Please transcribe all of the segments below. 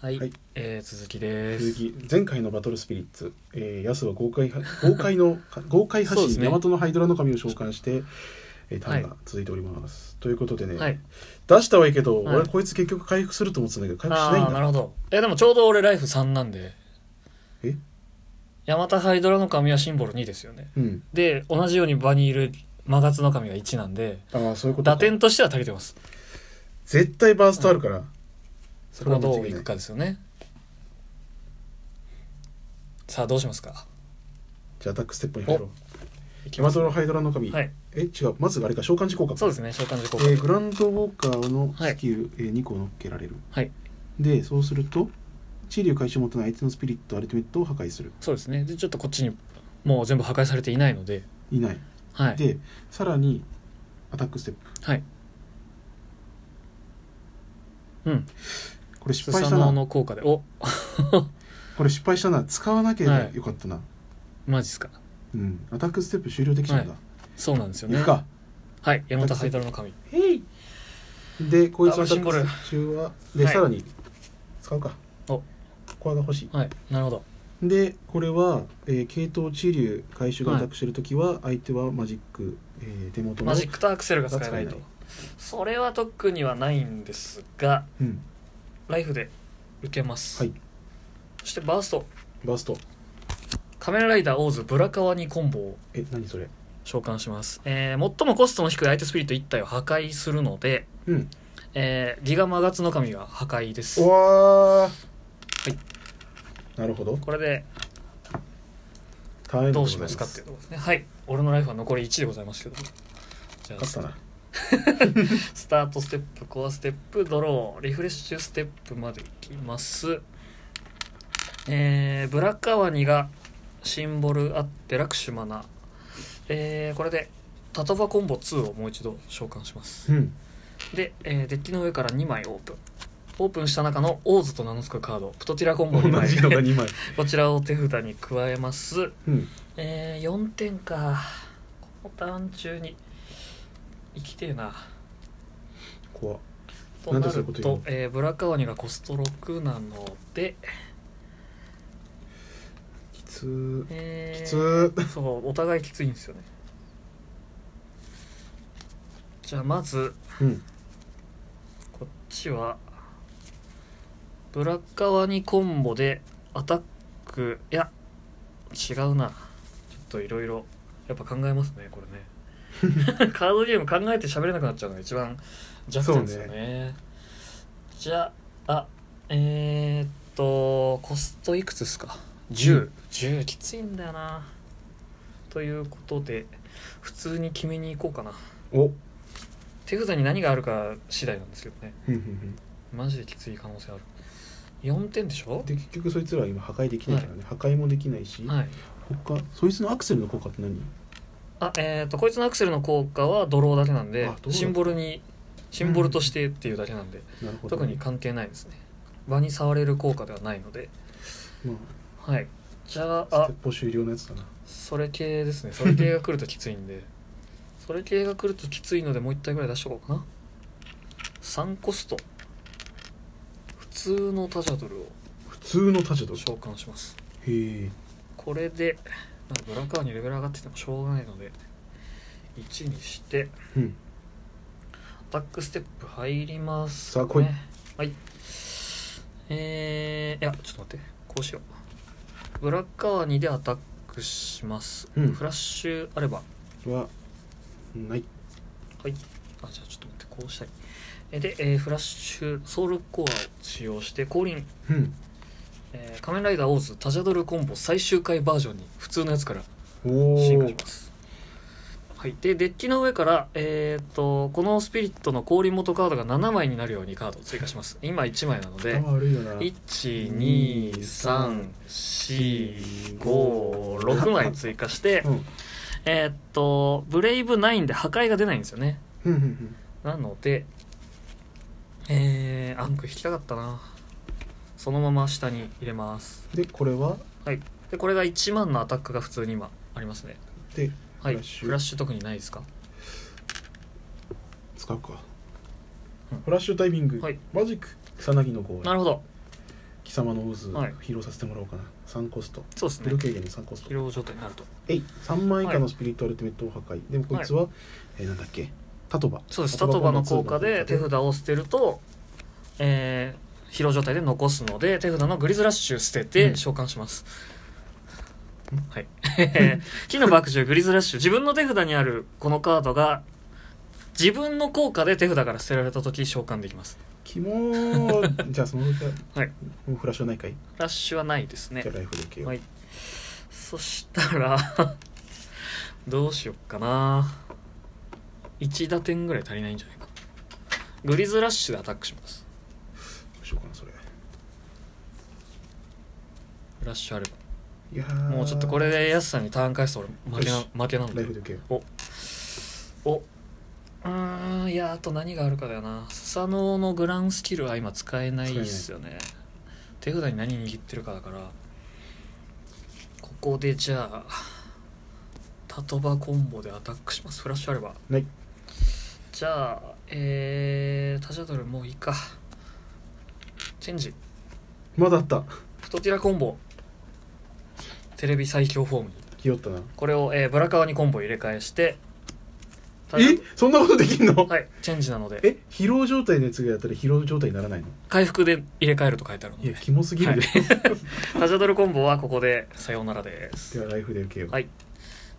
はい、はいえー続きで続す。き前回のバトルスピリッツ、えー、ヤスは豪快は豪 快の豪快そうで発す信、ね大和のハイドラの神を召喚して、えー、ターンはが続いております、ということでね、はい。出したはいいけど、はい俺こいつ結局回復すると思ってたんだけど回復しないああー、んなだるほど。え、でもちょうど俺ライフ3なんで。えヤマタハイドラの神はシンボル2ですよね。うんで、同じように場にいるマガツの神が1なんで、ああそういうこと打か点としては足りてます。絶対バーストあるから、そそこれははどどうういいくくかかですよね。さあ、どうしますか。じゃあアタックステップに入ろういきヤマますトのハイドラの神、はい。え違うまずあれか召喚時効果そうですね、召喚時効果。えーグランドウォーカーのスキル、えー2個乗っけられる、はいでそうすると地理を回収を持たない相手のスピリットアルティメットを破壊するそうですね。で、ちょっとこっちにもう全部破壊されていないので、いないはい。でさらにアタックステップはい。うん。これス失敗しサたノオなの効果で、おこれ失敗したな使わなきはゃいよかったな、マジっすか。うんアタックステップ終了できたんだ、はそうなんですよい、ね。くかはい。ヤマタハイドラの神。へいでこいつあアタシンッボクルステップ中はで、はいさらに使うかおコアが欲しいはい。なるほど。でこれは、えー、系統地流回収がアタックしてるときは、相手はマジック、えー手元のマジックとアクセルが使えないがと。それは特にはないんですが、うんライフで受けます。はい。そしてバースト。バースト仮面ライダーオーズブラカワニコンボをえ何それ召喚します、えー最もコストの低い相手スピリット1体を破壊するので、うんえーギガマガツノカミが破壊ですうこわーはいなるほどれで大変どうしますかっていうところですねはい俺のライフは残り1でございますけどじゃあ勝っスたなスタートステップコアステップドローリフレッシュステップまでいきますえー、ブラカワニがシンボルあってラクシュマナえー、これでタトバコンボ2をもう一度召喚しますうんで、えーデッキの上から2枚オープンオープンした中のオーズと名の付くカードプトティラコンボ2枚で2枚 こちらを手札に加えますうんえー、4点かこのターン中に生きてえな怖っとなんなでそういるうことと言うのえーブラカワニがコスト6なので、きつーえーきつーそうお互いきついんですよねじゃあまずうんこっちはブラッカワニコンボでアタックいや違うなちょっといろいろやっぱ考えますねこれ ねカードゲーム考えて喋れなくなっちゃうのが一番弱点ですよねそうじゃああえー、っとコストいくつですかう1010んきついんだよなということで普通に決めに行こうかなお手札に何があるか次第なんですけどねふんふんふんマジできつい可能性ある4点でしょで結局そいつらは今破壊できないからね、破壊もできないし、はい他そいつのアクセルの効果って何あえっ、とこいつのアクセルの効果はドローだけなんであドローだシンボルにシンボルとしてっていうだけなんで、なるほど特ね、に関係ないですね場に触れる効果ではないのでまはいじゃああスあテップ終了のやつだなそれ系ですねそれ系が来るときつい んでそれ系が来るときついのでもう1体ぐらい出しとこうかな3コスト普通のタジャドルを普通のタジャドル召喚しますへえこれで、まあ、ブラカーにレベル上がっててもしょうがないので1にしてうんアタックステップ入ります、さあ来いはいえー、いやちょっと待ってこうしようブラカーニでアタックします、うんフラッシュあればはないはいあじゃあちょっと待ってこうしたいえで、えーフラッシュソウルコアを使用して降臨、うんえー仮面ライダーオーズタジャドルコンボ最終回バージョンに普通のやつからおお進化します。はい、でデッキの上から、えー、とこのスピリットの氷元カードが7枚になるようにカードを追加します今1枚なので頭悪いよな12345枚追加してうんえーっとブレイブ9で破壊が出ないんですよねうんうんうんなのでえー、アンク引きたかったなそのまま下に入れますでこれはでこれが1万のアタックが普通に今ありますねではいフラッシュフラッシュ特にないですか使うかうんフラッシュダイビング、はいマジック草薙の号なるほど貴様の渦はい披露させてもらおうかな、3コストそうですブねル。ーケーゲンの3コスト疲労状態になると。えい3万以下のスピリットアルティメットを破壊、でもこいつは、えーなんだっけタトバそうです。タトバの効果で手タトバ札を捨てると、えー、疲労状態で残すので、手札のグリズラッシュ捨てうてん召喚します。はい。 木の爆獣、グリズラッシュ。自分の手札にあるこのカードが、自分の効果で手札から捨てられた時召喚できます。キモ ーじゃあその歌、はいもうフラッシュはないかい、ラッシュはないですねじゃ。あライフル系を、はい。そしたら、 どうしよっかな。1打点ぐらい足りないんじゃないか。グリズラッシュでアタックします。どうしようかなそれラッシュあれば。いやーもうちょっとこれでヤスさんにターン返すと俺負けなよし負けなんラでイ。フル系をおうーん、いや、あと何があるかだよな。スサノオのグランスキルは今使えないっすよね。手札に何握ってるかだから。ここでじゃあ、タトバコンボでアタックします。フラッシュあれば。ないじゃあ、えー、タジャドルもういいか。チェンジ。まだあったプトティラコンボ。テレビ最強フォームに。気負ったなこれを、えー、ブラカワにコンボ入れ替えして。タジャえそんなことできんの、はい、チェンジなので。え疲労状態のやつがやったら疲労状態にならないの回復で入れ替えると書いてあるのいやで。キモすぎるで、タジャドルコンボはここでさようならです。ではライフル系を、はい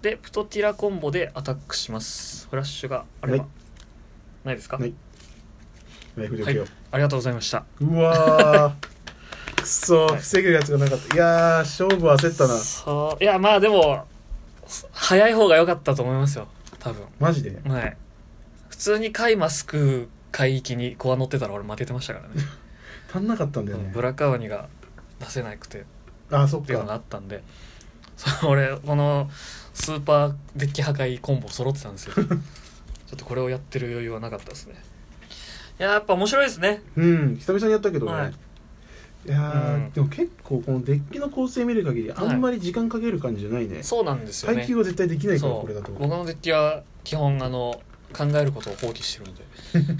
で、プトティラコンボでアタックします。フラッシュがあれば。ないないですか、ないライフル系を、はありがとうございました。うわーくそはい防ぐやつがなかったいやー勝負焦ったなそう、いや、まあでも、早い方が良かったと思いますよ。多分。マジではい。普通にカイマスク海域にコア乗ってたら俺負けてましたからね。足んなかったんだよねブラカワニが出せなくてっあそっていうのがかあったんで、そう俺、このスーパーデッキ破壊コンボ揃ってたんです よ。ちょっとこれをやってる余裕はなかったですね。いや、やっぱ面白いですね。うん久々にやったけどね、はいい、やー、うんでも結構このデッキの構成見る限りあんまり時間かける感じじゃないね、そうなんですよね。耐久は絶対できないからそこれだうと僕のデッキは基本あの考えることを放棄してるので、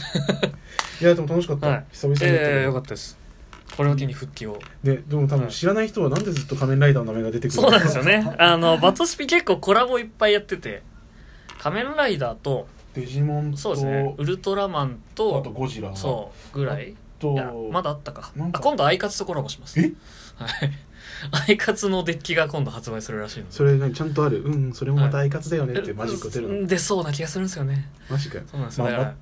いやでも楽しかった、はい久々にやったええけよどかったですこれを機に復帰をねでも多分知らない人はなんでずっと仮面ライダーの名前が出てくるそうなんですよねねあのバトスピ結構コラボいっぱいやってて仮面ライダーとデジモンとそうですねウルトラマンとあとゴジラそうぐらいいやとまだあったかなんかあ今度アイカツとコラボしますえはい アイカツのデッキが今度発売するらしいのでそれ何ちゃんとあるうんうんそれもまたアイカツだよねってマジック出るの、出そうな気がするんですよねマジかよそうなんですよまあだから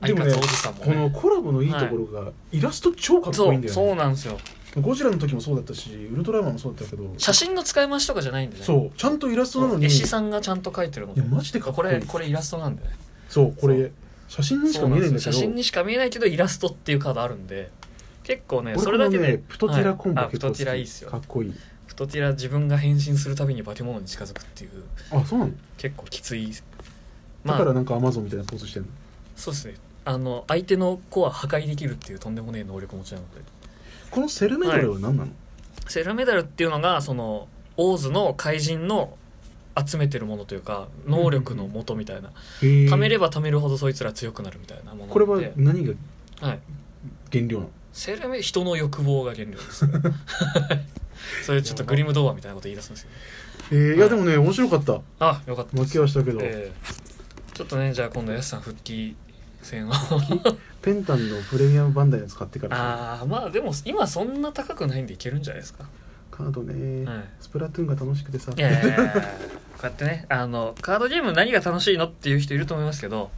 アでイもカねツおじさんもこねのコラボのいいところが、イラスト超かっこいいんだそうよそうねなんですよゴジラの時もそうだったしウルトラマンもそうだったけど写真の使い回しとかじゃないんでねそうちゃんとイラストなのに絵師さんがちゃんと描いてるのでいやマジでかっこいいれこれイラストなんでねそうこそれ写真にしか見えないんだけ写ど真にしか見えないけどイラストっていうカードあるんで結構ね俺そこれだのけねでプトティラコンボはいあ結構好プトティラいいっきすよかっこいいプトティラ自分が変身するたびに化け物に近づくっていうあそうなの結構きついだまからあなんかアマゾンみたいなポーズしてるのそうですねあの相手のコア破壊できるっていうとんでもねえ能力持ちなのでこのセルメドレーは何なのセルメダルっていうのがそのオーズの怪人の集めてるものというか能力の元みたいな、へえ貯めれば貯めるほどそいつら強くなるみたいなものでこれは何がはい、原料なのセルメ人の欲望が原料です ねそれちょっとグリム童話みたいなこと言い出すんですよえーいやでもね面白かったあよかったで負すけはしたけどええちょっとねじゃあ今度やすさん復帰戦を ペンタンのプレミアムバンダイの使ってからああまあでも今そんな高くないんでいけるんじゃないですか、カードねはいスプラトゥーンが楽しくてさいやいやいやいやこうやってねあのカードゲーム何が楽しいのっていう人いると思いますけど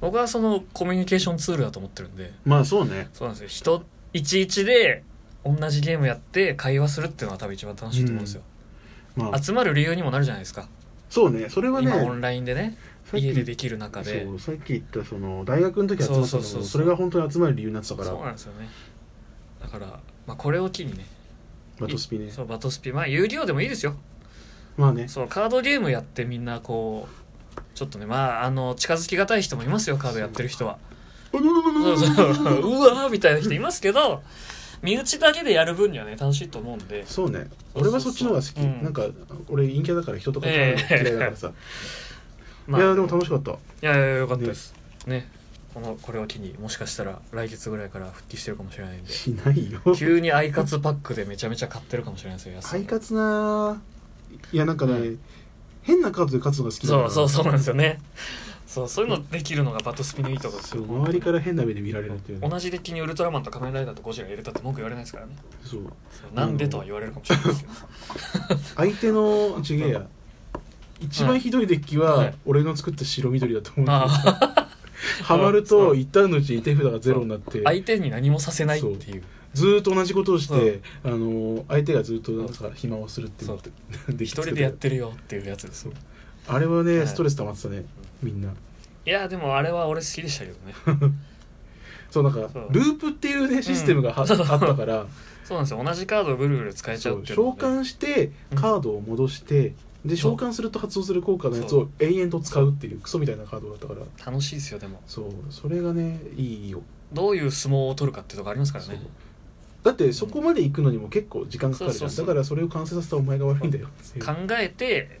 僕はそのコミュニケーションツールだと思ってるんでまあそうねそうなんですよ人一々で同じゲームやって会話するっていうのは多分一番楽しいと思うんですよ、まあ集まる理由にもなるじゃないですかそうねそれはね今オンラインでねさっき家でできる中でそうさっき言ったその大学の時集まったそうそうのそうそうもそれが本当に集まる理由になってたかそうらなんですよねだから、まあ、これを機にねバトスピねそうバトスピまあ有料でもいいですよまあねそうカードゲームやってみんなこうちょっとねまああの近づきがたい人もいますよカードやってる人はそうそううわーみたいな人いますけど身内だけでやる分にはね楽しいと思うんでそう ねそうそうそう俺はそっちの方が好きうんなんか俺陰キャだから人と関わるの嫌いだからさ まあいやでも楽しかったいやいやよかったですねこのこれを機にもしかしたら来月ぐらいから復帰してるかもしれないんでしないよ急にアイカツパックでめちゃめちゃ買ってるかもしれないですよ安い快活ないやなんかね、うん変なカードで勝つのが好きだかそらうそうそうなんですよねそうそういうのできるのがバトスピのいいとこですそよう周りから変な目で見られるっていうね同じデッキにウルトラマンと仮面ライダーとゴジラ入れたって文句言われないですからねそうそうなんでとは言われるかもしれない ですけど相手のちげえや一番ひどいデッキははい俺の作った白緑だと思うんだけどあハマると一旦のうちに手札がゼロになってー相手に何もさせないっていうずーっと同じことをして、あのー相手がずっとなんか暇をするっていうそうで一人でやってるよっていうやつですそうあれはね、はいストレス溜まってたねみんないやでもあれは俺好きでしたけ どねそうなんかそうループっていうねシステムがは、うんあったからそうなんですよ同じカードをぐるぐる使えちゃそうっうてい召うので喚してうんカードを戻して、でそ召う喚すると発動する効果のやつを延々と使うっていうクソみたいなカードだったから楽しいですよでもそうそれがねいいよどういう相撲を取るかってとこありますからねそうだってそこまで行くのにも結構時間かかるじゃんそうそうそうだからそれを完成させたお前が悪いんだよっていう考えて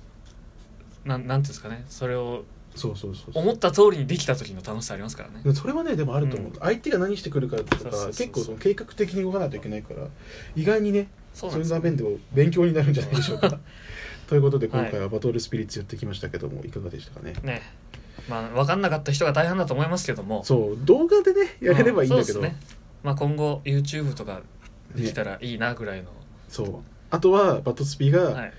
なんなんていうんですかねそれをそうそうそうそう思った通りにできた時の楽しさありますからねでもそれはねでもあると思う、うん相手が何してくるかとそかうそうそうそう結構その計画的に動かないといけないから意外にねそうそなんういでうす場よ面でも勉強になるんじゃないでしょ うかということで今回ははバトルスピリッツやってきましたけどもいかがでしたかねねまあ分かんなかった人が大半だと思いますけどもそう動画でねやれればいいんまあそうだけど、ですねまあ今後 YouTube とかできねたらいいなぐらいの、そうあとはバトスピはがい、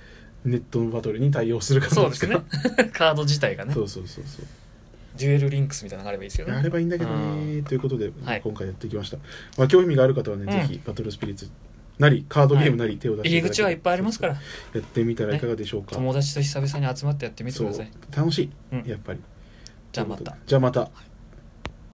ネットのバトルに対応するかそう ですねどかカード自体がねそうそうそうそうデュエルリンクスみたいなのがあればいいですよねやればいいんだけどうんねということで、はい今回やってきました、まあ、興味がある方はうね、んぜひバトルスピリッツなりカードゲームなり手を出して入り口はいっぱいありますかららやってみたらいかがでしょうか、友達と久々に集まってやってみてくださいそう楽しい、うんやっぱりじゃあまたじゃあまた